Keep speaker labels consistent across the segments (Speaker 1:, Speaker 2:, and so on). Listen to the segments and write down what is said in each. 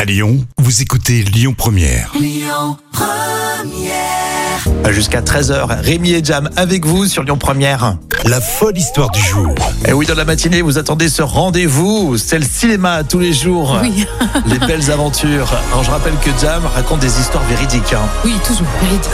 Speaker 1: À Lyon, vous écoutez Lyon Première.
Speaker 2: Jusqu'à 13h, Rémi et Jam avec vous sur Lyon Première.
Speaker 1: La folle histoire du jour.
Speaker 2: Et oui, dans la matinée, vous attendez ce rendez-vous. C'est le cinéma tous les jours.
Speaker 3: Oui.
Speaker 2: Les belles aventures. Alors, je rappelle que Jam raconte des histoires véridiques. hein.
Speaker 3: Oui, toujours. Vérité.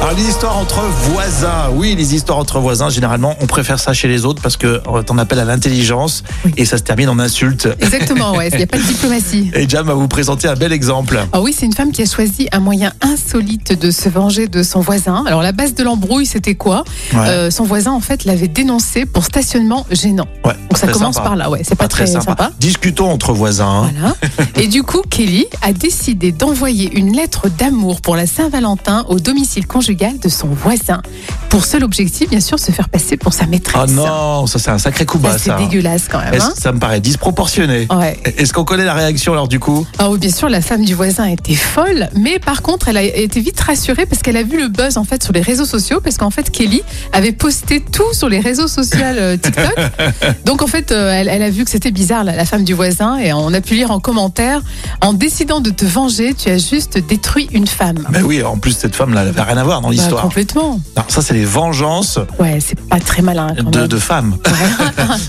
Speaker 2: Alors, les histoires entre voisins. Oui, les histoires entre voisins, généralement, on préfère ça chez les autres parce que euh, t'en appelles à l'intelligence et ça se termine en insulte.
Speaker 3: Exactement, ouais. Il n'y a pas de diplomatie.
Speaker 2: Et Jam va vous présenter un bel exemple.
Speaker 3: Ah oui, c'est une femme qui a choisi un moyen insolite de se venger de son voisin. Alors la base de l'embrouille, c'était quoi
Speaker 2: Ouais.
Speaker 3: Euh, Son voisin, en fait, l'avait dénoncé pour stationnement gênant.
Speaker 2: Ouais,
Speaker 3: Donc ça
Speaker 2: très
Speaker 3: commence
Speaker 2: sympa.
Speaker 3: par là, ouais. C'est pas,
Speaker 2: Pas très sympa. Discutons entre voisins. hein.
Speaker 3: Voilà. Et du coup, Kelly a décidé d'envoyer une lettre d'amour pour la Saint-Valentin au domicile conjugal de son voisin. Pour seul objectif, bien sûr, se faire passer pour sa
Speaker 2: Ah
Speaker 3: maîtresse.
Speaker 2: non, ça c'est un sacré coup
Speaker 3: Ça,
Speaker 2: bas
Speaker 3: c'est Ah ben.
Speaker 2: ça.
Speaker 3: dégueulasse quand même.
Speaker 2: Est-ce- Ça me paraît disproportionné.
Speaker 3: hein. ouais.
Speaker 2: Est-ce qu'on connaît la réaction alors du coup
Speaker 3: Ah oui, bien sûr, la femme du voisin était folle, mais par contre, elle a été vite rassurée parce qu'elle a vu le buzz en fait sur les réseaux sociaux, parce qu'en fait, Kelly avait posté tout sur les réseaux sociaux euh, TikTok. Donc en fait, euh, elle, elle a vu que c'était bizarre, la, la femme du voisin, et on a pu lire en commentaire en décidant de te venger, tu as juste détruit une femme.
Speaker 2: Ah, Mais oui, en plus cette femme là, elle avait rien à voir dans
Speaker 3: Bah,
Speaker 2: l'histoire.
Speaker 3: complètement.
Speaker 2: Non, ça c'est les vengeances
Speaker 3: Ouais, c'est pas très malin. Quand
Speaker 2: de,
Speaker 3: même.
Speaker 2: de femmes.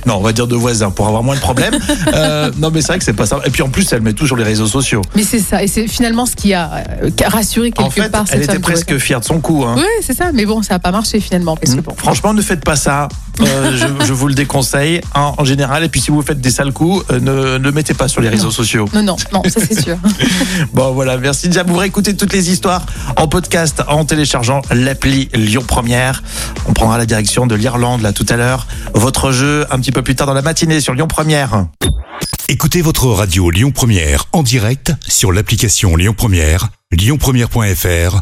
Speaker 2: non, on va dire de voisins pour avoir moins de problèmes. Euh, non mais c'est vrai que c'est pas ça. Et puis en plus elle met tout sur les réseaux sociaux.
Speaker 3: Mais c'est ça, et c'est finalement ce qui a euh, qui a rassuré quelque
Speaker 2: en fait,
Speaker 3: part cette
Speaker 2: elle était
Speaker 3: femme du
Speaker 2: presque Hmm. fière de son coup. hein.
Speaker 3: voisin. Ouais, c'est ça, mais bon, ça a pas marché finalement, parce que bon.
Speaker 2: Franchement, ne faites pas ça. Euh, je, je vous le déconseille hein, en général. Et puis si vous faites des sales coups, euh, ne ne le mettez pas sur les réseaux sociaux.
Speaker 3: Non, non, non, ça c'est sûr.
Speaker 2: Bon voilà, merci déjà. Vous réécoutez toutes les histoires en podcast en téléchargeant l'appli Lyon Première. On prendra la direction de l'Irlande là tout à l'heure. Votre jeu un petit peu plus tard dans la matinée sur Lyon Première.
Speaker 1: Écoutez votre radio Lyon Première en direct sur l'application Lyon Première, lyonpremière.fr